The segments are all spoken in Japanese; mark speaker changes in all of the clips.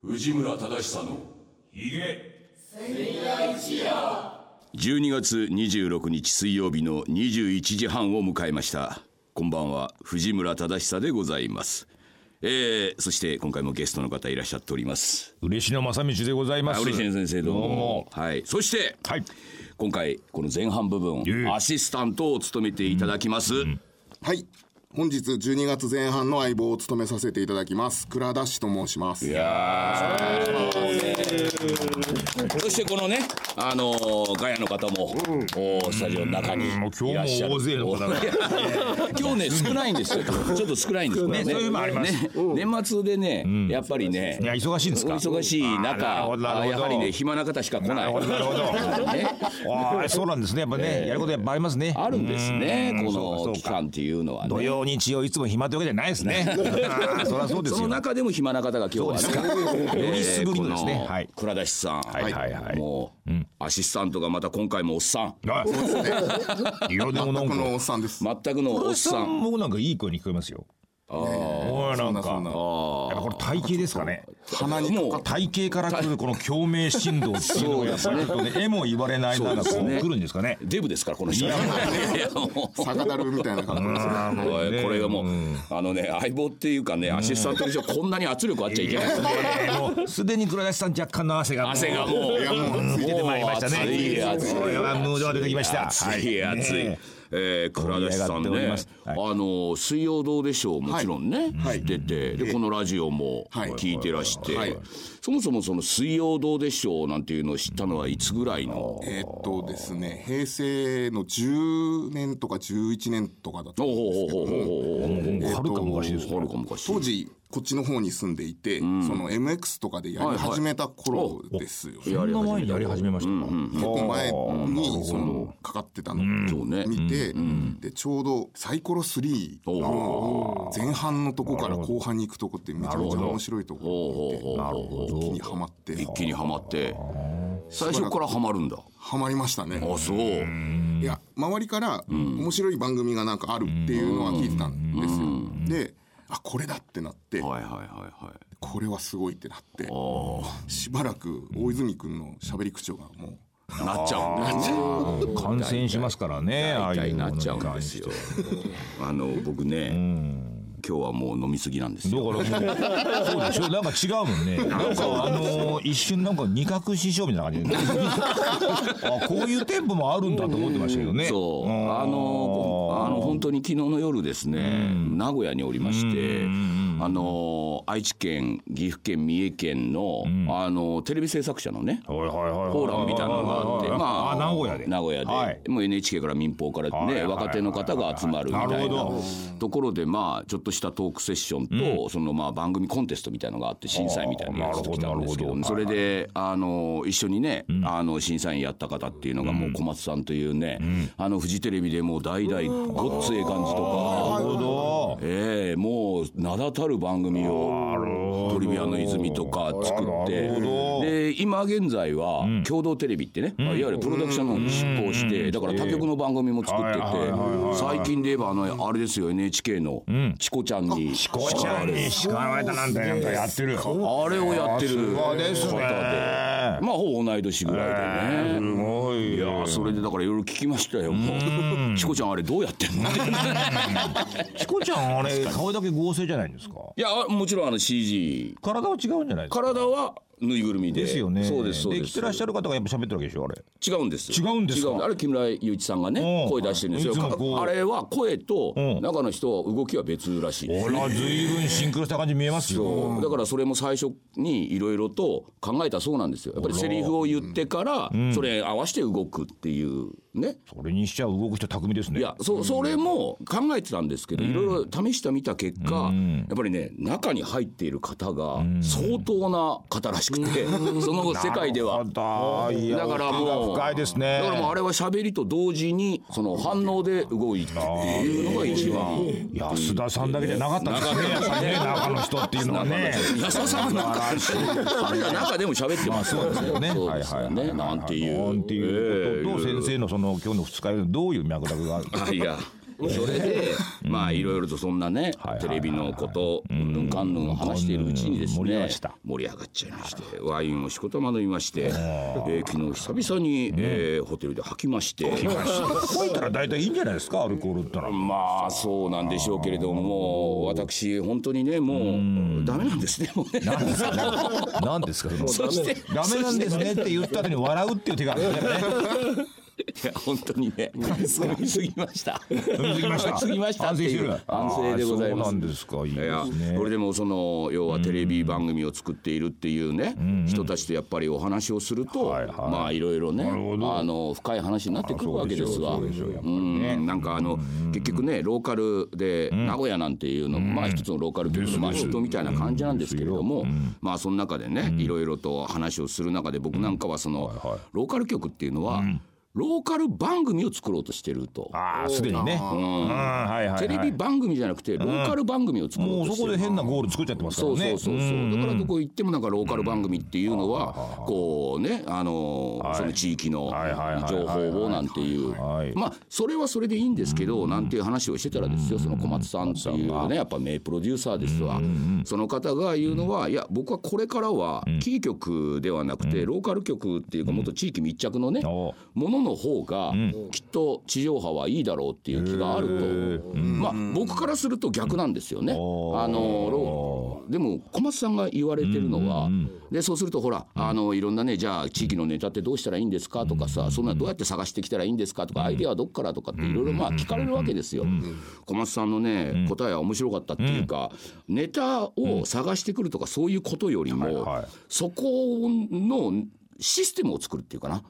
Speaker 1: 藤村忠久の
Speaker 2: ひげ
Speaker 3: 12月26日水曜日の21時半を迎えましたこんばんは藤村忠久でございますえー、そして今回もゲストの方いらっしゃっております
Speaker 2: 嬉野正道でございます
Speaker 3: 嬉しい先生どうもはいそして、
Speaker 2: はい
Speaker 3: 今回この前半部分、
Speaker 2: ええ
Speaker 3: アシスタントを務めていただきます、
Speaker 4: はい本日12月前半の相棒を務めさせていただきます倉田氏と申します
Speaker 3: そしてこのねあのーガヤの方も、おスタジオの中に
Speaker 2: もう今日も
Speaker 3: いらっしゃる
Speaker 2: 大勢の方が
Speaker 3: いや今日ね少ないんです よちょっと少ないんですよね
Speaker 2: そういうのあります
Speaker 3: ね年末でね、やっぱりね
Speaker 2: いや忙しいんです
Speaker 3: お
Speaker 2: か
Speaker 3: 忙しい
Speaker 2: あーなる
Speaker 3: 中
Speaker 2: ほどなるほ
Speaker 3: あ
Speaker 2: ど
Speaker 3: やはりね暇な方しか来ない
Speaker 2: なるほどなるほど
Speaker 3: ね
Speaker 2: ああそうなんですね やっぱね、やることやっぱありますね
Speaker 3: あるんですね
Speaker 2: うん
Speaker 3: こ
Speaker 2: そうかそ
Speaker 3: の
Speaker 2: う
Speaker 3: 期
Speaker 2: か
Speaker 3: 間っていうのは
Speaker 2: 土
Speaker 3: ね
Speaker 2: 曜日曜いつも暇というわけじゃないで すねああそりゃそうです
Speaker 3: その
Speaker 2: よ
Speaker 3: 中でも暇な方が今日は
Speaker 2: そうですか
Speaker 3: ね
Speaker 2: よりすぐりのです
Speaker 3: えーこ
Speaker 2: ね
Speaker 3: の
Speaker 2: はい
Speaker 3: 倉田氏さん
Speaker 2: はいはいはい
Speaker 3: もうアシスタントがまた今回もおっさん
Speaker 2: あ いやでもなん
Speaker 4: このお
Speaker 2: か
Speaker 4: っさんです
Speaker 3: 全くのおっさ
Speaker 2: さ
Speaker 3: ん
Speaker 2: んもなんかいい声に聞こえますよああなんか
Speaker 4: そん
Speaker 2: や
Speaker 4: な
Speaker 2: っぱこれ体型ですかね
Speaker 3: 鼻にもう
Speaker 2: 体型から来るこの共鳴振動っていうのがやっぱりちょっとね絵も言われないなんかこ
Speaker 3: そう
Speaker 2: う
Speaker 3: ですね
Speaker 2: 来るんですかね
Speaker 3: デブですからこの人 いやもう
Speaker 4: 酒だるみたいな格好ですね
Speaker 3: おい
Speaker 2: ね
Speaker 3: これがもうあのね相棒っていうかねアシスタントでしょこんなに圧力あっちゃいけない
Speaker 2: えーもうすでに倉田さん若干の汗がもう
Speaker 3: 汗がもう
Speaker 4: いやもう
Speaker 2: 出てまいりましたね
Speaker 3: もう暑い暑い
Speaker 2: これはムードが出てきました
Speaker 3: 暑い
Speaker 2: は
Speaker 3: 暑い、
Speaker 2: ね
Speaker 3: えー、倉田さん
Speaker 2: 盛り上がっており
Speaker 3: ね
Speaker 2: ま、す
Speaker 3: あ
Speaker 2: はい
Speaker 3: の水曜どうでしょうもちろんね、
Speaker 4: はい
Speaker 3: 出てでこのラジオも
Speaker 4: はい
Speaker 3: 聞いてらして、
Speaker 4: はい
Speaker 3: そもそもその水曜どうでしょうなんていうのを知ったのはいつぐらいの、
Speaker 4: えーっとですね平成の10年とか11年とかだったんですけど
Speaker 3: おうおうおうおうおうおう
Speaker 2: えはるか昔です
Speaker 3: はるか昔
Speaker 4: 当時こっちの方に住んでいて、その MX とかでやり始めた頃ですよね、
Speaker 2: そんな前にやり始めましたか
Speaker 4: 結構前にそのかかってたの
Speaker 3: そうね
Speaker 4: を見て、でちょうどサイコロ3の前半のとこから後半に行くとこってめちゃめちゃ面白いとこ
Speaker 3: おうおうおう
Speaker 4: ろ一気にはまって
Speaker 3: 一気にはまって最初からはまるんだ
Speaker 4: はまりましたね
Speaker 3: あそう
Speaker 4: いや周りから面白い番組がなんかあるっていうのは聞いてたんですよであこれだってなって
Speaker 3: はいはいはいはい
Speaker 4: これはすごいってなってしばらく大泉君の喋り口調がもう
Speaker 3: なっちゃうんだよね
Speaker 2: 感染しますからねああ
Speaker 3: 大
Speaker 2: い
Speaker 3: 体
Speaker 2: う
Speaker 3: な
Speaker 2: の
Speaker 3: っ
Speaker 2: に
Speaker 3: ちゃうん
Speaker 2: 関
Speaker 3: で
Speaker 2: し
Speaker 3: すよ。あの僕ね、今日はもう飲みすぎなんです
Speaker 2: てだ
Speaker 3: よ。
Speaker 2: からもうそうでしょなんか違うもんねなんかあのー一瞬なんか二角師匠みたいな感 じであこういう店舗もあるんだと思ってましたけどね
Speaker 3: そう、あの僕あの本当に昨日の夜ですね、名古屋におりまして、あの愛知県、岐阜県、三重県の、あのテレビ制作者のね。
Speaker 2: はいはいはいはい
Speaker 3: フォーラムみたいなのがあって、まあ、
Speaker 2: あ名古屋で
Speaker 3: 名古屋で、
Speaker 2: はい
Speaker 3: もう NHK から民放からね、
Speaker 2: はいはいはい
Speaker 3: 若手の方が集まるみたいな
Speaker 2: なるほ
Speaker 3: ところで、まあ、ちょっとしたトークセッションと、そのまあ番組コンテストみたいなのがあって審査員みたいなのやつてきたんですけど
Speaker 2: あーなる
Speaker 3: そ
Speaker 2: ほど
Speaker 3: れであの一緒にね、あの審査員やった方っていうのがもう小松さんというね、あのフジテレビでもう代々ごっつええ感じとか。
Speaker 2: なるほど
Speaker 3: ええもう名だたる番組を「トリビアの泉」とか作って
Speaker 2: なるほど
Speaker 3: で今現在は共同テレビってね、まあいわゆるプロダクションの方に執行して、だから他局の番組も作ってて、
Speaker 2: はいはいはいはい
Speaker 3: 最近で言えばあのあれですよ NHK の「チコちゃんに」
Speaker 2: チコちゃんに叱られたなんてなんかやってるよ
Speaker 3: あれをやってる方で
Speaker 2: ですね
Speaker 3: まあほぼ同い年ぐらいでね。
Speaker 2: すごい
Speaker 3: いやーそれでだからいろいろ聞きましたよもう「チコちゃんあれどうやってんの?」って
Speaker 2: チコちゃんあれ顔だけ合成じゃないんですか
Speaker 3: いやもちろんあの CG
Speaker 2: 体は違うんじゃないですか
Speaker 3: 体はぬいぐるみで
Speaker 2: ですよね
Speaker 3: そうですそうです
Speaker 2: 着てらっしゃる方がやっぱ喋ってるわけでしょあれ
Speaker 3: 違うんです
Speaker 2: 違うんですか
Speaker 3: あれ木村祐一さんがね
Speaker 2: うん
Speaker 3: 声出してるんですよ
Speaker 2: いつもこう
Speaker 3: かあれは声と
Speaker 2: うん
Speaker 3: 中の人は動きは別らしいです
Speaker 2: ほら随分シンクロした感じ見えますよ
Speaker 3: そうだからそれも最初にいろいろと考えたそうなんですよやっぱりセリフを言ってからそれ合わせて動くっていうね
Speaker 2: それにしちゃ動く人巧みですね
Speaker 3: いやそそれも考えてたんですけどいろいろ試してみた結果やっぱりね中に入っている方が相当な方らしくて その世界では
Speaker 2: あだいや
Speaker 3: だからもう
Speaker 2: 奥が深いですね
Speaker 3: だからもうあれは喋りと同時にその反応で動いてっていうのが一番。
Speaker 2: 安田さんだけじゃなかったですねやっぱりね中の人っていうのはね
Speaker 3: 安田さんはなんかあれは中でも喋ってますよね。そう
Speaker 2: ね
Speaker 3: ですよね。なんてい
Speaker 2: なん
Speaker 3: う。
Speaker 2: ていうこと
Speaker 3: ええ
Speaker 2: と、先生のその今日の二日酔いのどういう脈絡がある
Speaker 3: いやそれでまあいろいろとそんなねテレビのことうんぬんかんぬん話しているうちにですね
Speaker 2: うん盛り上がっちゃった
Speaker 3: 盛り上がっちゃいましてワインをしこたま飲みまして、えー昨日久々に、えーホテルで吐きまして
Speaker 2: こいたら大体いいんじゃないですかアルコールったら。
Speaker 3: まあそうなんでしょうけれども私本当にねもうダメなんですねもうね
Speaker 2: なんですかね。なんですかその。
Speaker 3: そして
Speaker 2: ダメなんですねって言った後に笑うっていう手があるんだよね。
Speaker 3: いや本当に ね飲みすぎました飲
Speaker 2: み過ぎました
Speaker 3: み過ぎましたってい
Speaker 2: 反省して
Speaker 3: う
Speaker 2: る
Speaker 3: 反省でございます
Speaker 2: あーそうなんですかいい
Speaker 3: いや
Speaker 2: ですね
Speaker 3: これでもその要はテレビ番組を作っているっていうね、人たちとやっぱりお話をすると、
Speaker 2: はいはい
Speaker 3: まあいろいろね
Speaker 2: なるほど
Speaker 3: あの深い話になってくるわけですわ。
Speaker 2: そうでしょうそうでしょうやっぱりね
Speaker 3: うんなんかあの、結局ねローカルで名古屋なんていうのも、まあ一つのローカルというかまあ人みたいな感じなんですけれども、まあその中でねいろいろと話をする中で僕なんかはその、ローカル局っていうのは、ローカル番組を作ろうとしてると。
Speaker 2: ああすでにね。うんはいはいはい。
Speaker 3: テレビ番組じゃなくてローカル番組を作ろ
Speaker 2: も
Speaker 3: うと
Speaker 2: うそ
Speaker 3: して
Speaker 2: こ
Speaker 3: る
Speaker 2: で変なゴール作っちゃってますから
Speaker 3: そうそ
Speaker 2: ね
Speaker 3: う。そうそう。だからどこ行ってもなんかローカル番組っていうのはこうねあのーその地域の
Speaker 2: はいはいはいはい
Speaker 3: 情報をなんていう
Speaker 2: はい
Speaker 3: まあそれはそれでいいんですけどなんていう話をしてたらですよその小松さんっていうねやっぱ名プロデューサーですわその方が言うのはいや僕はこれからはキー局ではなくてローカル局っていうかもっと地域密着のね
Speaker 2: お
Speaker 3: ものの方がきっと地上波はいいだろうっていう気があるとまあ僕からすると逆なんですよね。あのロでも小松さんが言われてるのは、でそうするとほらあのいろんなねじゃあ地域のネタってどうしたらいいんですかとかさそんなどうやって探してきたらいいんですかとか、アイデアはどっからとかっていろいろまあ聞かれるわけですよ。小松さんのね、答えは面白かったっていうか、ネタを探してくるとかそういうことよりも、
Speaker 2: はい
Speaker 3: そこのシステムを作るっていうかな、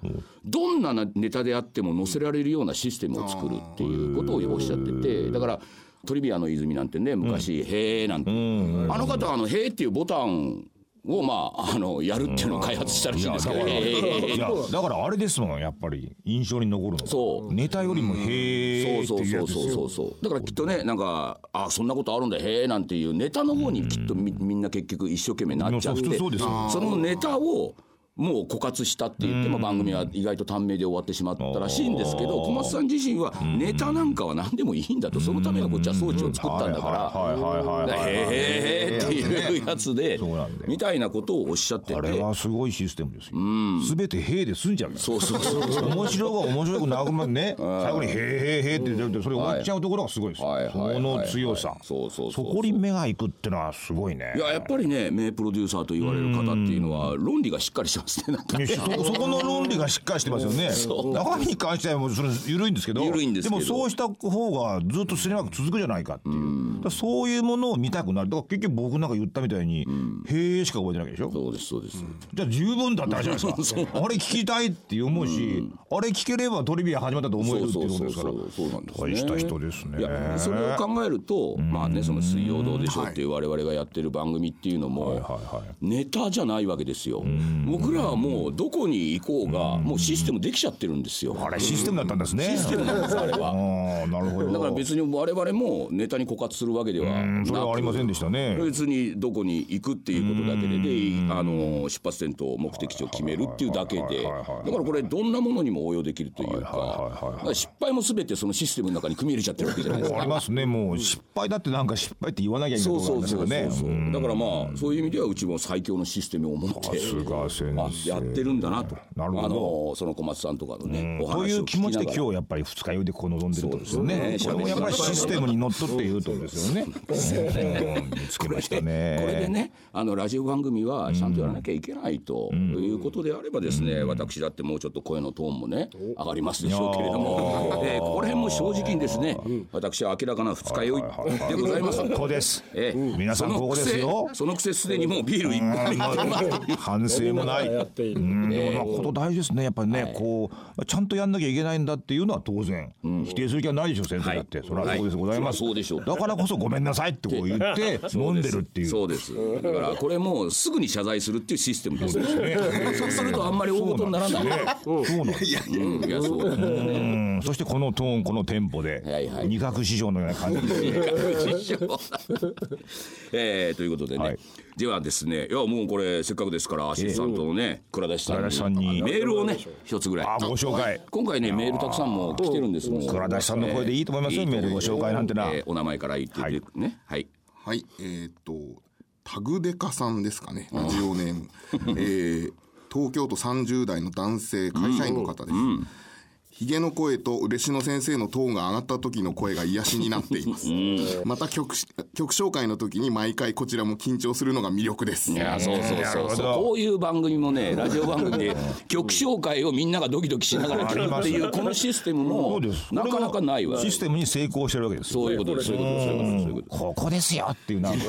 Speaker 3: どんなネタであっても載せられるようなシステムを作るっていうことをおっしゃっててだからトリビアの泉なんてね昔「へえ」なんて、あの方はあの「へえ」っていうボタンをまああのやるっていうのを開発したらしいんですけど、へーへーへー
Speaker 2: いやだからあれですもんやっぱり印象に残るのは
Speaker 3: そう
Speaker 2: ネタよりもへえって
Speaker 3: そう
Speaker 2: いう
Speaker 3: そ
Speaker 2: や
Speaker 3: う
Speaker 2: つ
Speaker 3: そ
Speaker 2: で
Speaker 3: う
Speaker 2: す
Speaker 3: そ
Speaker 2: よ
Speaker 3: うそうだからきっとねなんかあそんなことあるんだへえなんていうネタの方にきっとみ,、ん、な結局一生懸命なっちゃって
Speaker 2: いやそう普通そうですよ
Speaker 3: そのネタをもう枯渇したって言って、まあ、番組は意外と短命で終わってしまったらしいんですけど小松さん自身はネタなんかは何でもいいんだとそのためのこっちは装置を作ったんだから。
Speaker 2: はいはいはいはいはい
Speaker 3: へーへーへーっていうやつで
Speaker 2: そうなんだよ
Speaker 3: みたいなことをおっしゃって
Speaker 2: あれ
Speaker 3: て
Speaker 2: はすごいシステムですよ。すべてへーで済んじゃうよ。
Speaker 3: そうそうそう
Speaker 2: 面白が面白くなくまでね、最後にへーへーへーって出てそれ終わっちゃうところがすごいですよ
Speaker 3: はいはい。はい
Speaker 2: その強さ。
Speaker 3: そうそう
Speaker 2: そ
Speaker 3: そう
Speaker 2: こに目が行くってのはすごいね。
Speaker 3: いややっぱりね名プロデューサーと言われる方っていうのは論理がしっかりしてますねなんか
Speaker 2: いやそそこの論理がしっかりしてますよね。中身に関してはもうそれ緩いんですけど、
Speaker 3: 緩いんですけど
Speaker 2: もそうした方がずっとすれなく続くじゃないかっていう。だからそういうものを見たくなる。だから結局僕なんか言ったみたいに、へえしか覚えてないわけでしょ。
Speaker 3: そうですそうです、
Speaker 2: じゃあ十分だったらじ ゃないですか。あれ聞きたいって思うし、あれ聞ければトリビア始まったと思えるっていうことですから。
Speaker 3: そうなんですね
Speaker 2: 大した人ですね
Speaker 3: いやそれを考えると、まあねその「水曜どうでしょう」っていう我々がやってる番組っていうのも、ネタじゃないわけですよ、僕らはもうどこに行こうが、もうシステムできちゃってるんですよ、
Speaker 2: あれシステムだったんですね。
Speaker 3: システムなんですあれは
Speaker 2: ああ、なるほど。
Speaker 3: だから別に我々もネタに枯渇するわけではなく
Speaker 2: それはありませんでしたね。
Speaker 3: 別にどこに行くっていうことだけでであの出発点と目的地を決めるっていうだけでだからこれどんなものにも応用できるというかだから失敗も全てそのシステムの中に組み入れちゃってるわけじゃないです
Speaker 2: あ
Speaker 3: か。
Speaker 2: りますね。もう失敗だってなんか失敗って言わなきゃいけない
Speaker 3: そう
Speaker 2: とこ
Speaker 3: そ
Speaker 2: ろ
Speaker 3: う
Speaker 2: なんです
Speaker 3: そ
Speaker 2: よ
Speaker 3: うそう
Speaker 2: ね。
Speaker 3: そうだからまあそういう意味ではうちも最強のシステムを持って
Speaker 2: さすが先生
Speaker 3: あやってるんだなと
Speaker 2: なるほど
Speaker 3: あのその小松さんとかのねお
Speaker 2: とい
Speaker 3: 話を
Speaker 2: う
Speaker 3: 聞
Speaker 2: 気
Speaker 3: きな
Speaker 2: 持
Speaker 3: が
Speaker 2: ち
Speaker 3: ら
Speaker 2: で今日やっぱり二日酔いでここ臨んでるってことですよね。
Speaker 3: そ
Speaker 2: こ
Speaker 3: うですね
Speaker 2: れもやっぱりシステムにのっとって言うとですよね。うん見つけましたね。
Speaker 3: これでねあのラジオ番組はちゃんとやらなきゃいけないということであればですね、私だってもうちょっと声のトーンもね上がりますでしょうけれども、えーここら辺も正直にですね私は明らかな二日酔いでございます。
Speaker 2: ここです。
Speaker 3: えー
Speaker 2: 皆さんここですよ。
Speaker 3: そのくせすでにもうビール一杯
Speaker 2: 反省もない。
Speaker 1: や
Speaker 2: う
Speaker 1: っている
Speaker 2: んでもまあこと大事ですね。やっぱりね、こうちゃんとやんなきゃいけないんだっていうのは当然否定する気はないでしょ先生だって。それはそうですございます。
Speaker 3: はいそうでしょう
Speaker 2: だからこそごめんなさいってこう言 って飲んでるっていう。
Speaker 3: そうですだからこれもうすぐに謝罪するっていうシステムですそうするとあんまり大事にならない
Speaker 2: そうなんですね。
Speaker 3: うんいやそうだ ね
Speaker 2: うんそしてこのトーンこのテンポで
Speaker 3: はいはい
Speaker 2: 二角市場のような感じで
Speaker 3: えーということでね、
Speaker 2: はい
Speaker 3: ではですねいやもうこれせっかくですからアシスタントのね倉田
Speaker 2: 倉田
Speaker 3: さ
Speaker 2: さ
Speaker 3: ん
Speaker 2: ん
Speaker 3: に
Speaker 2: に
Speaker 3: メールをね一つぐらい
Speaker 2: あご紹介
Speaker 3: 今回ねメールたくさんも来てるんですもん
Speaker 2: 倉田さんの声でいいと思いますよ
Speaker 3: えー
Speaker 2: メールご紹介なんてな
Speaker 3: えーお名前から言っててねはい
Speaker 4: はい、えーっと、タグデカさんですかね、ラジオネーム。えー東京都30代の男性会社員の方です。ヒゲの声と嬉野先生のトーンが上がった時の声が癒しになっています。また曲し曲紹介の時に毎回こちらも緊張するのが魅力です。
Speaker 3: いやそうそう
Speaker 2: な
Speaker 3: そ
Speaker 2: る
Speaker 3: う
Speaker 2: ほ
Speaker 3: そう
Speaker 2: ど
Speaker 3: こういう番組もねラジオ番組で曲紹介をみんながドキドキしながら聞くっていうこのシステム
Speaker 2: そ
Speaker 3: も
Speaker 2: うです
Speaker 3: なかなかないわ
Speaker 2: システムに成功してるわけですよ
Speaker 3: そういうことですそういうことですそういうことですそういうことです
Speaker 2: ここですよっていうなんか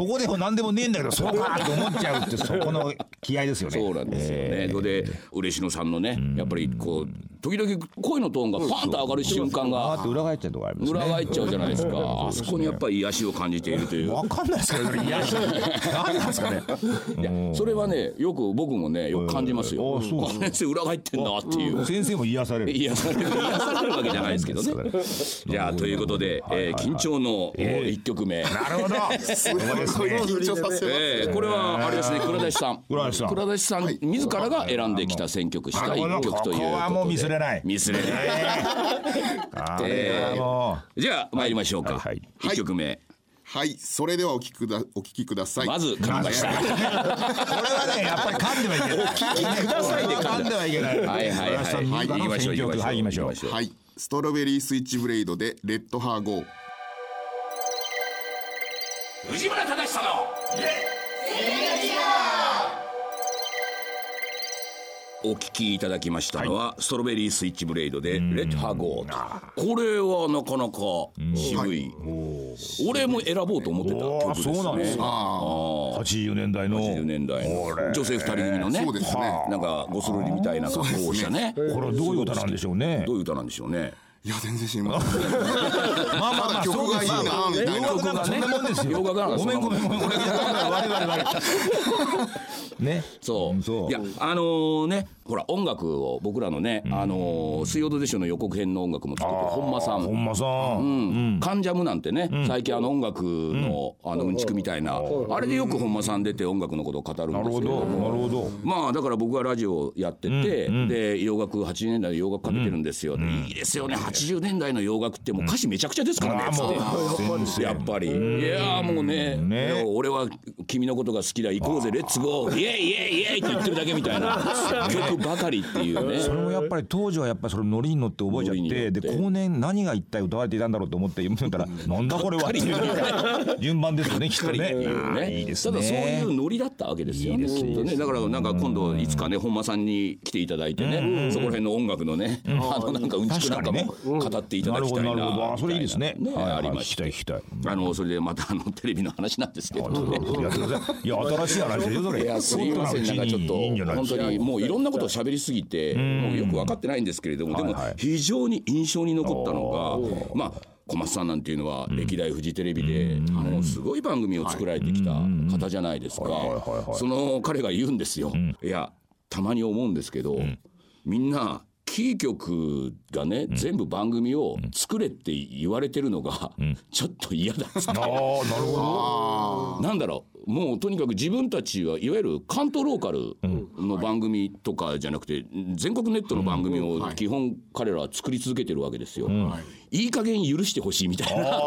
Speaker 2: こでも何でもねえんだけどそうかと思っちゃうってそこの気合ですよね
Speaker 3: そうなんですよね。それで嬉野さんのね、やっぱりこう時々声のトーンがパンと上がる瞬間
Speaker 2: あーっ
Speaker 3: が
Speaker 2: て裏返っちゃうとこありますね
Speaker 3: 裏返っちゃうじゃないですか。あそこにやっぱり癒しを感じているという。
Speaker 2: わかんないですけどね癒し何なんですかね
Speaker 3: いやそれはねよく僕もねよく感じますよ。
Speaker 2: あそう
Speaker 3: あ先生裏返ってんなっていう。
Speaker 2: 先生も癒される
Speaker 3: 癒される癒されるわけじゃないですけどね。じゃあということで、えー緊張の1曲目。
Speaker 2: なるほど
Speaker 4: すごい緊張させます。
Speaker 3: えーこれはあれですね倉石さん
Speaker 2: 倉石さん
Speaker 3: 石さん自らが選んできた選曲した一曲ということで
Speaker 2: ここはもうミスれない
Speaker 3: ミスれない
Speaker 2: あれはもう
Speaker 3: じゃあ参りましょうか。
Speaker 2: はいはい
Speaker 3: 一曲目、
Speaker 4: はい、それではお聞きくだお聞きください。
Speaker 3: まず乾杯した。
Speaker 2: これはねやっぱり噛んではいけない聞きくださいで噛んではいけない
Speaker 3: はいはいはい
Speaker 2: さん
Speaker 3: はい
Speaker 2: 自らの選曲はい行きましょう
Speaker 3: う。
Speaker 4: はい、ストロベリースイッチブレイドでレッドハーゴー。
Speaker 3: 藤村隆さんのお聞きいただきましたのは、ストロベリースイッチブレイドでレッドハーゴーとこれはなかなか渋い、俺も選ぼうと思ってた
Speaker 2: おー
Speaker 3: 曲ですね
Speaker 2: そうなんですか
Speaker 4: あ
Speaker 2: 80年代の
Speaker 3: 80年代の女性二人組の
Speaker 4: あ、
Speaker 3: ね
Speaker 4: そうですね。
Speaker 3: なんかゴスロリみたいな格好をしたね
Speaker 2: これはどういうことなんでしょうね
Speaker 3: どういう歌なんでしょうね
Speaker 4: いや、全然知りません。
Speaker 2: まあま
Speaker 4: まだ曲がいいなみたいな
Speaker 2: 洋楽なんかそんなもんですよ
Speaker 3: 洋楽なんかそ
Speaker 2: ご
Speaker 3: ん
Speaker 2: め
Speaker 3: なんもん
Speaker 2: ごめんごめんこれ我々我々ね
Speaker 3: そう,、
Speaker 2: んそう
Speaker 3: いやあのーねほら音楽を僕らのね、あのー水曜どうでしょう」の予告編の音楽も作ってる本間さん
Speaker 2: 本間さ
Speaker 3: うんん、関ジャムなんてね、最近あの音楽の、あのうんちくみたいな、あれでよく本間さん出て音楽のことを語るん
Speaker 2: な
Speaker 3: で
Speaker 2: る
Speaker 3: す
Speaker 2: ほ
Speaker 3: け
Speaker 2: ど
Speaker 3: ど
Speaker 2: なるほど
Speaker 3: まあだから僕はラジオやってて、で洋楽80年代の洋楽かけてるんですよ、でいいですよね80年代の洋楽ってもう歌詞めちゃくちゃですからね、
Speaker 2: あ
Speaker 3: つっ
Speaker 2: も
Speaker 3: て
Speaker 2: う
Speaker 3: やっぱりいやーもうね
Speaker 2: ね
Speaker 3: いや俺は君のことが好きだ行こうぜレッツゴーイエイイエイイエイって言ってるだけみたい な曲ばかりっていうね
Speaker 2: それもやっぱり当時はやっぱりそれノリに乗って覚えちゃ
Speaker 3: ノリ
Speaker 2: っ
Speaker 3: に乗って
Speaker 2: で後年何が一体歌われていたんだろうと思って読んだらなんだこれはっていう順番ですよねきっとね
Speaker 3: ね
Speaker 2: いいですね
Speaker 3: ただそういうノリだったわけですよねきっとねだからなんか今度いつかね本間さんに来ていただいてねそこら辺の音楽のね あのなんかうんちくなんかも語っていた
Speaker 2: な
Speaker 3: だ
Speaker 2: る
Speaker 3: き
Speaker 2: ほ
Speaker 3: た
Speaker 2: ど
Speaker 3: いな
Speaker 2: なるほどあそれいいですね
Speaker 3: みたいな
Speaker 2: はい
Speaker 3: ね
Speaker 2: はい
Speaker 3: ありま
Speaker 2: 聞
Speaker 3: し
Speaker 2: きたい聞きたい
Speaker 3: たあのそれでまたあのテレビの話なんですけどね
Speaker 2: やってくださいいや新しい話でそれ
Speaker 3: いやすいませんなんかちょっと
Speaker 2: いいんじゃないで
Speaker 3: 本
Speaker 2: す
Speaker 3: 当
Speaker 2: か
Speaker 3: にもういろんなことを喋りすぎてもうよく分かってないんですけれどもでも
Speaker 2: はいはい
Speaker 3: 非常に印象に残ったのがまあ小松さんなんていうのは歴代フジテレビでもうすごい番組を作られてきた方じゃないですかその彼が言うんですよいやたまに思うんですけどみんなキー局がね全部番組を作れって言われてるのがちょっと嫌だっつって
Speaker 2: ああなるほど
Speaker 3: なんだろうもうとにかく自分たちはいわゆる関東ローカルの番組とかじゃなくて全国ネットの番組を基本彼らは作り続けてるわけですよ。いい加減許してほしいみたいななんか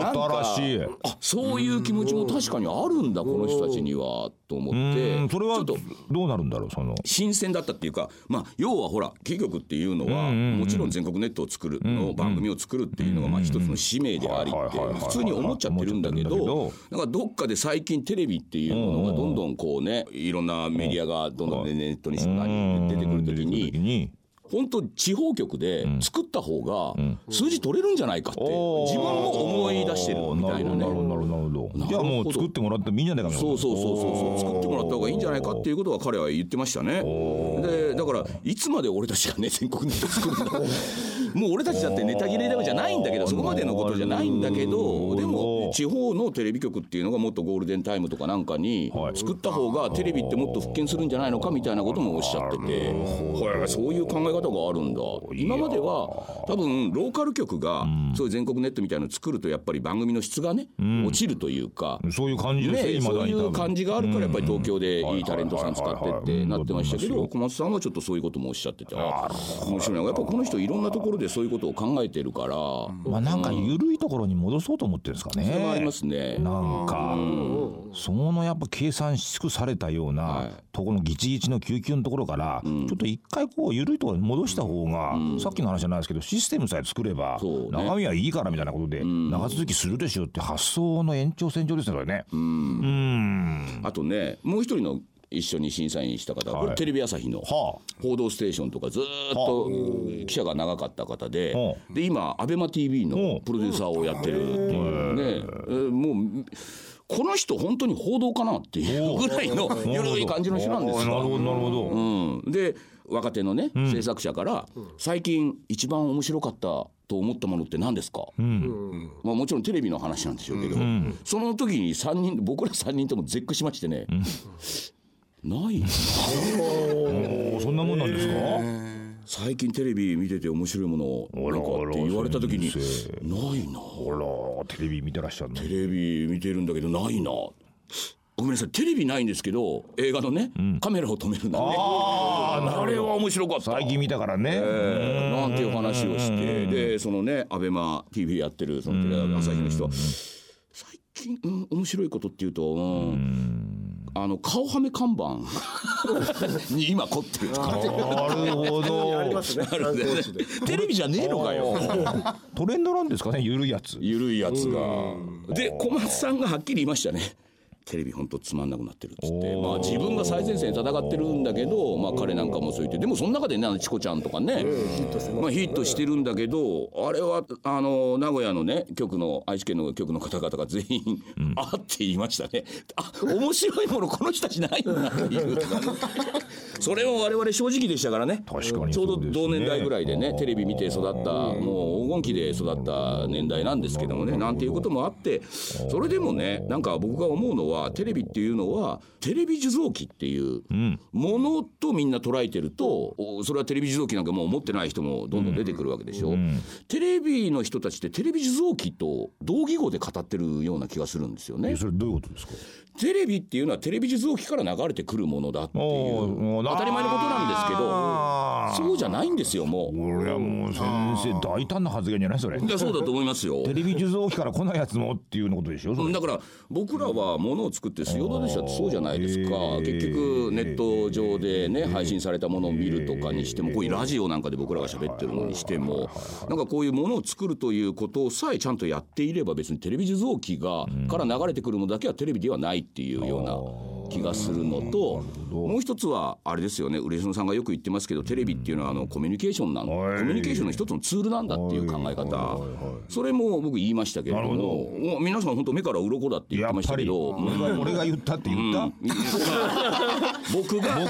Speaker 3: なんか
Speaker 2: 新しい
Speaker 3: あそういう気持ちも確かにあるんだこの人たちにはと思って
Speaker 2: うんそれ
Speaker 3: ちょ
Speaker 2: は
Speaker 3: っと
Speaker 2: どうなるんだろうその
Speaker 3: 新鮮だったっていうか、まあ、要はほらキー局っていうのはもちろん全国ネットを作るの番組を作るっていうのがまあ一つの使命であり
Speaker 2: はい
Speaker 3: っ
Speaker 2: はいはいはい
Speaker 3: て普通に思っちゃってるんだけ
Speaker 2: 思
Speaker 3: ど
Speaker 2: っちゃっ
Speaker 3: なんかどっかで最近テレビっていうものがどんどんこうねいろんなメディアがどんどんねネットにしろ何に出てくるとき
Speaker 2: 出てくる時
Speaker 3: に。
Speaker 2: に
Speaker 3: 本当地方局で作った方が数字取れるんじゃないかって自
Speaker 2: おー
Speaker 3: 分も思い出してるみたいなね
Speaker 2: なるほどなるほどなるほ
Speaker 3: なるほど
Speaker 2: どじゃあもう作ってもらってもいいんじゃないかな
Speaker 3: そうそうそうそうそう作ってもらった方がいいんじゃないかっていううことは彼 は言ってましたねでだからいつまで俺たちがね全国ネット作るんだもう俺たちだってネタ切れだけじゃないんだけどそこまでのことじゃないんだけどでも地方のテレビ局っていうのがもっとゴールデンタイムとかなんかに
Speaker 2: はい
Speaker 3: 作った方がテレビってもっと復権するんじゃないのかみたいなこともおっしゃっててほらそういう考え方があるんだ今までは多分ローカル局がそういう全国ネットみたいなの作るとやっぱり番組の質がね落ちるというか。
Speaker 2: そういう感じですよ、
Speaker 3: ね、
Speaker 2: 今
Speaker 3: そういう感じがあるからやっぱり東京で
Speaker 2: うん
Speaker 3: いいタレントさん使ってっ
Speaker 2: はいはいはいは
Speaker 3: て
Speaker 2: い
Speaker 3: なってましたけ
Speaker 2: う
Speaker 3: ど
Speaker 2: ん
Speaker 3: 小松さんはちょっとそういうこともおっしゃっててあ面白いなやっぱこの人いろんなところでそういうことを考えてるから
Speaker 2: まあなんか緩いところに戻そうと思ってるんですか
Speaker 3: それはありま
Speaker 2: ね。
Speaker 3: すね。
Speaker 2: なんかそのやっぱ計算し尽くされたよう
Speaker 3: はい
Speaker 2: なところのギチギチの救急のところからちょっと一回こう緩いところに戻した方がさっきの話じゃないですけどシステムさえ作れば
Speaker 3: そうね
Speaker 2: 中身はいいからみたいなことで長続きするでしょうって発想の延長線上ですよね。うん。
Speaker 3: あとねもう一人の一緒に審査員した方、これテレビ朝日の
Speaker 2: は
Speaker 3: 「報道ステーション」とかずーっと記者が長かった方で,、
Speaker 2: は
Speaker 3: で今 ABEMATV のプロデューサーをやってるっていうね、えーもうこの人本当に報道かなっていうぐらいの
Speaker 2: あ。
Speaker 3: 緩い感じの人なんです
Speaker 2: なる
Speaker 3: よ。
Speaker 2: ほどなるほど。
Speaker 3: うん、で若手のね、制作者から「最近一番面白かったと思ったものって何ですかまあ、もちろんテレビの話なんでしょうけど、その時に三人僕ら3人とも絶句しましてね、ないな
Speaker 2: おーそんなもんなんですか。
Speaker 3: 最近テレビ見てて面白いものなんかって言われた時に「ないな
Speaker 2: あらテレビ見てらっしゃるの。
Speaker 3: テレビ見てるんだけどないな」ごめんなさいテレビないんですけど映画のね、カメラを止めるんだねあれは面白かった
Speaker 2: 最近見たからね。
Speaker 3: なんていう話をしてでそのねアベマ t v やってるそのテレビ朝日の人は最近、うん、面白いことっていうと、うんあの顔はめ看 板に今凝ってるとか
Speaker 2: なるほ
Speaker 1: あり
Speaker 2: ど
Speaker 1: ま。すね。
Speaker 3: あるんでね
Speaker 1: 観光地で
Speaker 3: テレビじゃねえのかよ
Speaker 2: トレンドなんですかね、ゆるいやつ。
Speaker 3: ゆるいやつがで小松さんがはっきり言いましたねテレビ本当つまんなくなってるっつってまあ自分が最前線で戦ってるんだけどまあ彼なんかもそう言ってでもその中でねあのチコちゃんとかねまあヒットしてるんだけどあれはあの名古屋のね局の愛知県の局の方々が全員あって言いましたねあ面白いものこの人たちないよなっていうとかねそれも我々正直でしたからね
Speaker 2: 確かに
Speaker 3: ちょうど
Speaker 2: そうですね
Speaker 3: 同年代ぐらいでねテレビ見て育ったもう黄金期で育った年代なんですけどもねなんていうこともあってそれでもねなんか僕が思うのはテレビっていうのはテレビ受像機っていうものとみんな捉えてるとおそれはテレビ受像機なんかもう持ってない人もどんどん出てくるわけでしょ。テレビの人たちってテレビ受像機と同義語で語ってるような気がするんですよね
Speaker 2: え。それどういうことですか。
Speaker 3: テレビっていうのはテレビ受像機から流れてくるものだってい
Speaker 2: お
Speaker 3: う
Speaker 2: ー
Speaker 3: 当たり前のことなんですけど
Speaker 2: あー
Speaker 3: そうじゃないんですよもう。
Speaker 2: 俺はもう先生大胆な発言じゃない、それ。
Speaker 3: いやそうだと思いますよ。
Speaker 2: テレビ受像機から来ないやつもっていうのことでしょ。それ
Speaker 3: だから僕らはものを作って水曜どうでしたってそうじゃないですか、
Speaker 2: あー
Speaker 3: 結局ネット上でね、配信されたものを見るとかにしても、こういうラジオなんかで僕らが喋ってるのにしても、なんかこういうものを作るということさえちゃんとやっていれば別にテレビ受像機が、から流れてくるものだけはテレビではないっていうような気がするのともう一つはあれですよね嬉野さんがよく言ってますけどテレビっていうのはあのコミュニケーションなんコ
Speaker 2: はい
Speaker 3: ミュニケーションの一つのツールなんだっていう考え方それも僕言いましたけれど
Speaker 2: なる
Speaker 3: ももう皆さん本当目から鱗だって言ってましたけどうん
Speaker 2: 俺が俺が言ったって言った。
Speaker 3: 僕が考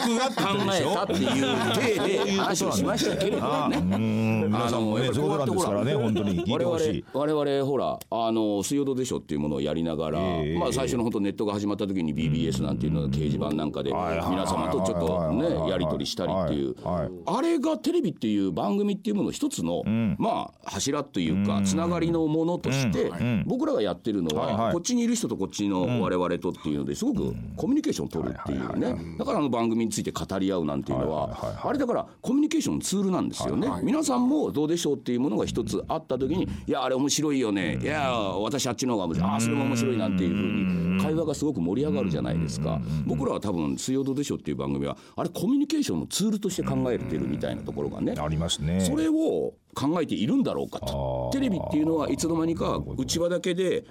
Speaker 3: えたっていう体で話をしましたけれどもね。
Speaker 2: うん皆さんも
Speaker 3: あ
Speaker 2: ね
Speaker 3: の
Speaker 2: そういうことなんですからね、
Speaker 3: こうやっ
Speaker 2: 本
Speaker 3: て
Speaker 2: 当に聞いてほしい。
Speaker 3: 我々我々ほらあの「水曜どうでしょう」っていうものをやりながら、
Speaker 2: え
Speaker 3: まあ、最初の本当ネットが始まった時に BBS なんていうのは掲示板なんかで
Speaker 2: はいはい
Speaker 3: 皆様とちょっと
Speaker 2: はいはいはい
Speaker 3: ねやり取りしたりっていう
Speaker 2: はいはい
Speaker 3: あれがテレビっていう番組っていうものの一つの、まあ柱というかつながりのものとして僕らがやってるのは、
Speaker 2: はいはい
Speaker 3: こっちにいる人とこっちの我々とっていうのですごくコミュニケーションを取るっていうねだからあの番組について語り合うなんていうのはあれだからコミュニケーションのツールなんですよね皆さんもどうでしょうっていうものが一つあった時にいやあれ面白いよねいや私あっちの方が面白いああそれも面白いなんていうふうに会話がすごく盛り上がるじゃないですか僕らは多分「水曜どうでしょう」っていう番組はあれコミュニケーションのツールとして考えてるみたいなところがね
Speaker 2: ありますね。
Speaker 3: それを考えているんだろうかと
Speaker 2: あー
Speaker 3: テレビっていうのはいつの間にか内輪だけで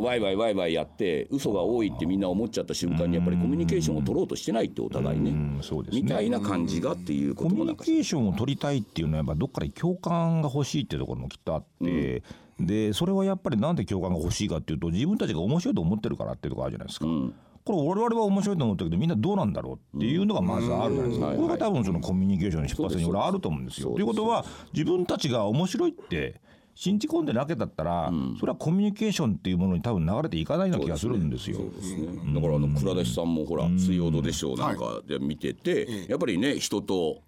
Speaker 3: ワイワイワイワイやって嘘が多いってみんな思っちゃった瞬間にやっぱりコミュニケーションを取ろうとしてないってお互いね
Speaker 2: うんそうですね
Speaker 3: みたいな感じがっていうこ
Speaker 2: コ
Speaker 3: と
Speaker 2: ミ
Speaker 3: も
Speaker 2: ュ
Speaker 3: な
Speaker 2: ニ
Speaker 3: んか
Speaker 2: ケーションを取りたいっていうのはやっぱどっかで共感が欲しいっていうところもきっとあって、でそれはやっぱりなんで共感が欲しいかっていうと自分たちが面白いと思ってるからっていうところあるじゃないですか。これ我々は面白いと思ったけどみんなどうなんだろうっていうのがまずあるじゃないですか、
Speaker 3: うん
Speaker 2: これが多分そのコミュニケーションの出発点に俺はあると思うんですよ。ということは自分たちが面白いって信じ込んでなけだったら、それはコミュニケーションっていうものに多分流れていかないような気がするんですよ。
Speaker 3: だからあの倉田さんもほら「水曜どうでしょう」なんかで見てて、やっぱりね人と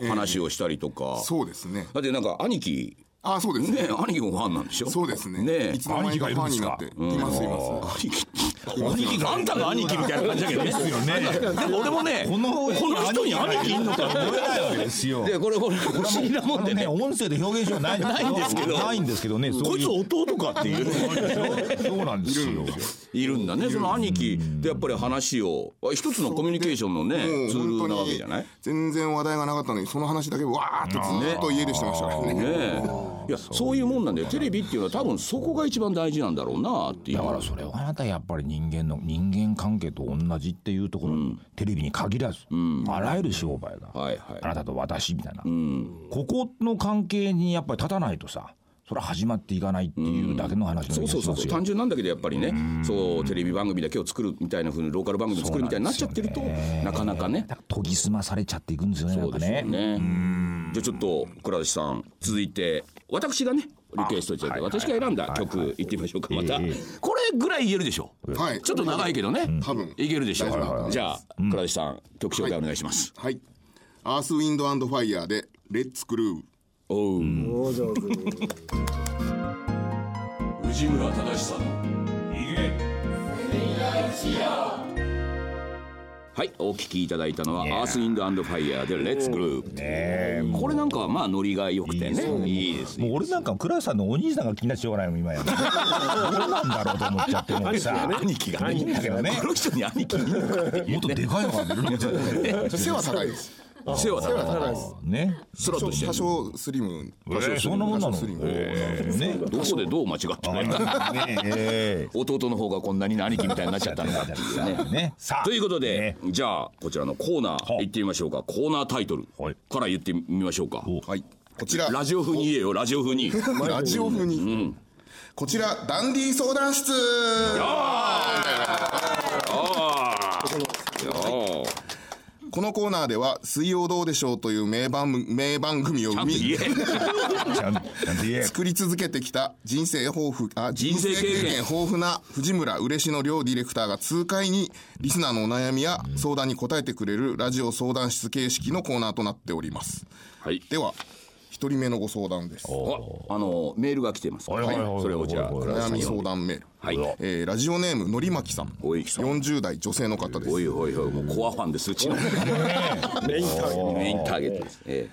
Speaker 3: 話をしたりとか、
Speaker 4: そうですね
Speaker 3: だってなんか兄貴
Speaker 4: あそうですね
Speaker 3: ね兄貴もファンなんでしょ
Speaker 4: そうですね
Speaker 3: ね
Speaker 4: いつの間にかファンになっていますいます
Speaker 3: 兄貴兄貴あんたが兄貴みたいな感じだけどね
Speaker 2: よね。
Speaker 3: でも俺もね
Speaker 2: このこ
Speaker 3: この人に兄貴いんのか
Speaker 2: 思えないわけですよ。
Speaker 3: でこれこれ不思議なもんで
Speaker 2: ね
Speaker 3: ね
Speaker 2: 音声で表現しようないない
Speaker 3: んですけど
Speaker 2: ないんですけどね。そ
Speaker 3: こ
Speaker 2: う
Speaker 3: いうつ弟かっていう
Speaker 2: そうなんですよ。
Speaker 3: いるんだねその兄貴ってやっぱり話をあ一つのコミュニケーションの
Speaker 4: も
Speaker 3: ね
Speaker 4: う
Speaker 3: ツール
Speaker 4: 本
Speaker 3: な
Speaker 4: 当
Speaker 3: わけ
Speaker 4: に
Speaker 3: じゃない
Speaker 4: 全然話題がなかったのにその話だけわーっとずっと家でしてましたからね
Speaker 3: ねいやそういうもんなんだよテレビっていうのは多分そこが一番大事なんだろうなっていう
Speaker 2: だからそれはあなたやっぱり人間の人間関係と同じっていうところ、テレビに限らず、あらゆる商売が、
Speaker 3: はいはい
Speaker 2: あなたと私みたいな、ここの関係にやっぱり立たないとさそれは始まっていかないっていうだけの話の
Speaker 3: そう
Speaker 2: 気がし
Speaker 3: そう
Speaker 2: ます
Speaker 3: そうそう
Speaker 2: よ
Speaker 3: 単純なんだけどやっぱりねそうテレビ番組だけを作るみたいなふうにローカル番組作るみたいになっちゃってるとなかなかね
Speaker 2: だから研ぎ澄まされちゃっていくんですよねなん
Speaker 3: そう
Speaker 2: か
Speaker 3: です
Speaker 2: ね
Speaker 3: よねじゃあちょっと倉橋さん続いて私がねリクエストしてて私が選んだ曲いってみましょうかまた
Speaker 2: ええ
Speaker 3: これぐらい言えるでしょ
Speaker 4: はい
Speaker 3: ちょっと長いけどね
Speaker 4: 多分
Speaker 3: いけるでしょ
Speaker 4: 大丈夫だと思います
Speaker 3: じゃあ倉橋さん曲紹介お願いします
Speaker 4: はいアースウィンドアンドファイヤーでレッツクルー
Speaker 3: おう
Speaker 1: お上手に
Speaker 3: 藤村忠さんはいお聞きいただいたのは「アース・ウィンド・アンド・ファイヤー」で「レッツ・グループ」これなんかはまあノリが良くてねいいですね
Speaker 2: もう俺なんか倉橋さんのお兄さんが気になってしょうがないもん今や どうなんだろうと思っちゃってもうさ
Speaker 3: 兄貴がね
Speaker 2: いいんだけどね
Speaker 3: この人に兄貴いるのかってい
Speaker 2: もっ
Speaker 3: う
Speaker 2: とでかいのが出るの
Speaker 4: 背は高いです
Speaker 3: 世話だから
Speaker 2: ね
Speaker 3: スラッとして
Speaker 4: 多
Speaker 3: る
Speaker 4: 少スリム
Speaker 2: 多少そんなもんなの
Speaker 4: 多少スリム
Speaker 2: ね
Speaker 3: どこでどう間違 ってない
Speaker 2: ね
Speaker 3: 弟の方がこんなに兄貴みたいになっちゃったのかって いうね
Speaker 2: ねさあ
Speaker 3: ということで
Speaker 2: ね、
Speaker 3: じゃあこちらのコーナー
Speaker 2: は
Speaker 3: 行ってみましょうかコーナータイトル
Speaker 2: はい
Speaker 3: から言ってみましょうか
Speaker 4: はいこちら
Speaker 3: ラジオ風に言えよラジオ風 に
Speaker 4: ラジオ風に、こちらダンディ相談室このコーナーでは「水曜どうでしょう」という名番名番組を生み
Speaker 3: いえ
Speaker 2: ちゃんちゃんと言え
Speaker 4: 作り続けてきた人生豊富あ
Speaker 3: 人生経験
Speaker 4: 豊富な藤村嬉野両ディレクターが痛快にリスナーのお悩みや相談に答えてくれるラジオ相談室形式のコーナーとなっております
Speaker 3: はい
Speaker 4: では一人目のご相談です
Speaker 3: ああのメールが来てます。
Speaker 2: はいはいはい
Speaker 3: それをじゃあ
Speaker 2: はい
Speaker 3: 倉田さ
Speaker 4: 悩
Speaker 3: ん
Speaker 4: み
Speaker 3: に。
Speaker 4: 相談メール、
Speaker 3: はい。
Speaker 4: えーラジオネームのりまきさん
Speaker 3: おいさん
Speaker 4: 40代女性の方です
Speaker 3: おいおいおいもうコアファンですうちの。メインターゲット。 メインターゲットです。え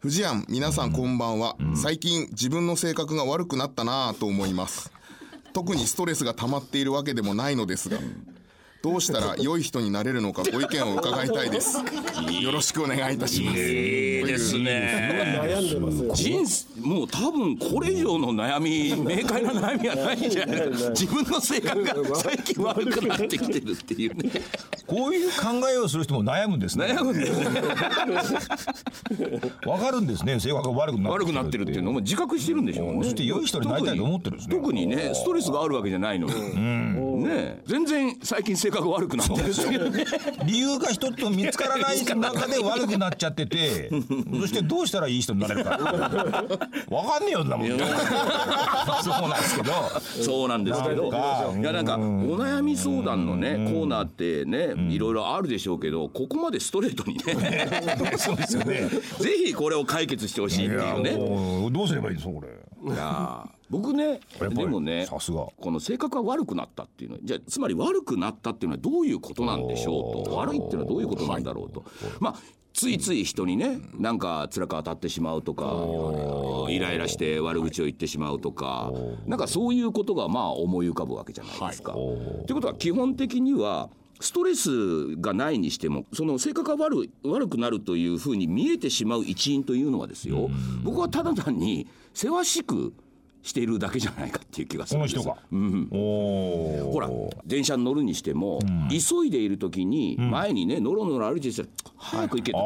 Speaker 4: 藤庵皆さんこんばんは、最近自分の性格が悪くなったなぁと思います 特にストレスが溜まっているわけでもないのですがどうし たら良い人になれるのかご意見を伺いたいですよろしくお願いいたします
Speaker 3: えいいですね。
Speaker 1: 悩んでますよ
Speaker 3: 人生もう多分これ以上の悩み明快な悩みはないんじゃないですか。自分の性格が最近悪くなってきてるっていうね。
Speaker 2: こういう考えをする人も悩むんですね
Speaker 3: 悩むんだよね。
Speaker 2: わかるんですね性格が悪くなって
Speaker 3: 悪くなってるっていうのも自覚してるんでしょうね。
Speaker 2: そして良い人になりたいと思ってるんですね
Speaker 3: 特に特にねストレスがあるわけじゃないのに。ね全然最近性格悪くなってるんですけどね。
Speaker 2: 理由が一つも見つからない中で悪くなっちゃっててそしてどうしたらいい人になれるかわかんねえよそんなもんそうなんですけど
Speaker 3: そうなんですけど、
Speaker 2: なんか
Speaker 3: いやなんかお悩み相談のねコーナーってねいろいろあるでしょうけど、ここまでストレートに ね、
Speaker 2: そうですよね
Speaker 3: ぜひこれを解決してほしいっ
Speaker 2: い
Speaker 3: てい
Speaker 2: や
Speaker 3: うね。
Speaker 2: もうどうすればいいんですかこれ
Speaker 3: いや僕ね
Speaker 2: ぱり
Speaker 3: でもね
Speaker 2: さすが
Speaker 3: この性格が悪くなったっていうのはじゃあつまり悪くなったっていうのはどういうことなんでしょうと悪いっていうのはどういうことなんだろうとまあついつい人にねなんか辛く当たってしまうとかイライラして悪口を言ってしまうとかなんかそういうことがまあ思い浮かぶわけじゃないですか。ということは基本的にはストレスがないにしてもその性格が悪い悪くなるというふうに見えてしまう一因というのはですよ僕はただ単にせわしくしているだけじゃないかっていう気がするんです
Speaker 2: この人が
Speaker 3: うん
Speaker 2: お
Speaker 3: ほら電車に乗るにしても、急いでいる時に前にねのろのろ歩いてたら早く行けって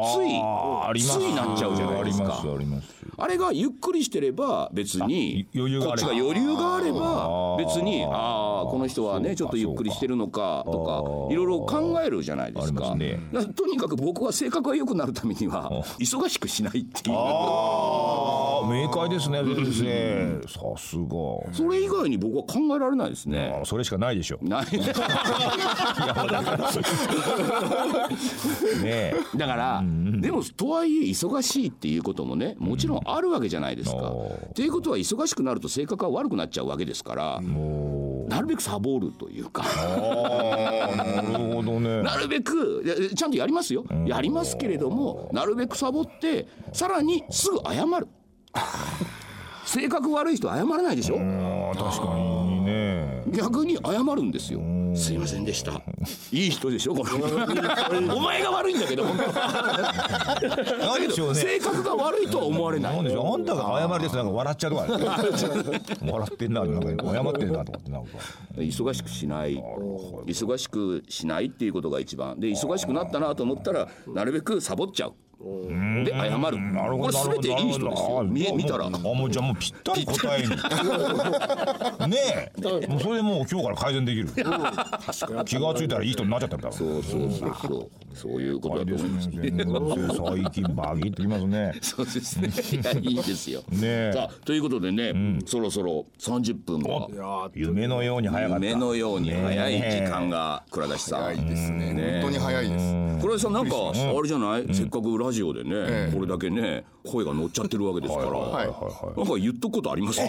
Speaker 3: つい、ついなっちゃうじゃないですか。
Speaker 2: ありますあります
Speaker 3: あれがゆっくりしてれば別に
Speaker 2: あ余裕が
Speaker 3: こ
Speaker 2: あ
Speaker 3: っ
Speaker 2: れ
Speaker 3: ち
Speaker 2: ば
Speaker 3: が余裕があれば
Speaker 2: あー
Speaker 3: 別にああこの人は
Speaker 2: そ
Speaker 3: ね
Speaker 2: うか
Speaker 3: ちょっとゆっくりしてるのかと
Speaker 2: そう
Speaker 3: か
Speaker 2: か
Speaker 3: いろいろ考えるじゃないですか
Speaker 2: ありますね
Speaker 3: だからとにかく僕は性格が良くなるためには忙しくしないっていう
Speaker 2: ああ明快ですね先生さすが
Speaker 3: それ以外に僕は考えられないですね。
Speaker 2: あそれしかないでしょ
Speaker 3: ない
Speaker 2: うね
Speaker 3: だから、でもとはいえ忙しいっていうこともねもちろんあるわけじゃないですか。
Speaker 2: お
Speaker 3: っていうことは忙しくなると性格が悪くなっちゃうわけですからなるべくサボるというか。
Speaker 2: なるほど ね
Speaker 3: なるべくいやちゃんとやりますよ、やりますけれどもなるべくサボってさらにすぐ謝る性格悪い人謝らないでしょ
Speaker 2: あー確かにね
Speaker 3: 逆に謝るんですよすいませんでしたいい人でしょこ のお前が悪いんだけど本当
Speaker 2: 何でしょうね
Speaker 3: 性格が悪いとは思われない
Speaker 2: なんでしょうあんたが謝りですなんか笑っちゃうとか ね笑ってんななんか謝ってんなとかってなんか
Speaker 3: 忙しくしない忙しくしないっていうことが一番で忙しくなったなと思ったらなるべくサボっちゃうで謝る
Speaker 2: なる
Speaker 3: こ
Speaker 2: ほ
Speaker 3: れ全
Speaker 2: ど
Speaker 3: ていい人ですよ見え見たら
Speaker 2: あもうじゃあもうぴったり答えに ねえもうそれでもう今日から改善できる気がついたらいい人になっちゃったんだろう
Speaker 3: そうそうそうそうそういうことだと思います。
Speaker 2: 先生最近バギってきますね
Speaker 3: そうですね。 いやいいですよ。
Speaker 2: ねえ
Speaker 3: さあということでね、そろそろ三十分が
Speaker 1: いやー
Speaker 2: 夢のように早かった
Speaker 3: 夢のように早い時間が倉田さん。
Speaker 4: 早いですね本当に早いです
Speaker 3: 倉田さんなんかあれじゃない、せっかくラジオでね、これだけね声が乗っちゃってるわけですから、
Speaker 4: はい
Speaker 3: なんか言っとくことあります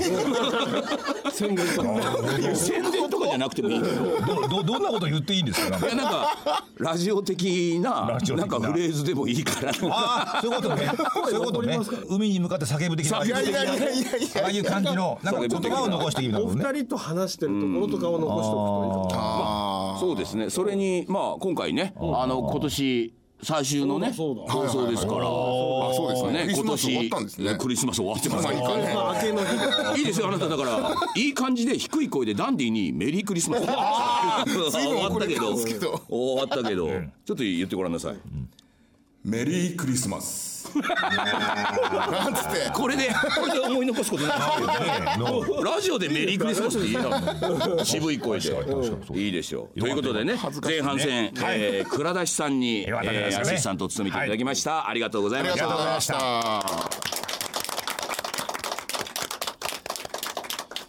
Speaker 3: 宣伝とかじゃなくてもいいけど
Speaker 2: どどどんなこと言っていいんですかなんか
Speaker 3: い やなんかラジオ的な
Speaker 2: ラジオ
Speaker 3: な
Speaker 2: 的
Speaker 3: ん
Speaker 2: な
Speaker 3: かフレーズでもいいから
Speaker 2: ああそういうことね そういうことね海に向かって叫ぶ的なああ
Speaker 3: 叫ぶ的な
Speaker 2: あいう感じのなんか言葉を残しているんだ
Speaker 1: お
Speaker 2: もんね
Speaker 1: 二人と話してるところとかを残しておくといいかも
Speaker 4: あ
Speaker 3: そうですね。それにまあ今回ね、あの今年最終のね
Speaker 1: そうだ
Speaker 3: 放送ですから。
Speaker 4: ーあそうですね
Speaker 3: ね今
Speaker 4: クリスマス終わっ
Speaker 3: 年
Speaker 4: たんですね
Speaker 3: クリスマス終わってます
Speaker 4: まあいい
Speaker 1: こ
Speaker 4: 感
Speaker 1: れ
Speaker 4: じ
Speaker 1: まあ明けの日 だ
Speaker 3: いいですよあなただからいい感じで低い声でダンディにメリークリスマス終わったけど
Speaker 4: 遅れたんですけど
Speaker 3: 終わったけどちょっと言ってごらんなさい。
Speaker 4: メリークリスマスなんつって
Speaker 3: これでこれで思い残すことないですよ。ラジオでメリークリスマスって言えたもん。渋い声でいいでしょう。ということでね前半戦えー倉田さんにえ
Speaker 2: よかったですね
Speaker 3: ーアシスタントを務めていただきましたありがとうございまし
Speaker 4: ありがと
Speaker 3: た
Speaker 4: うござい。ました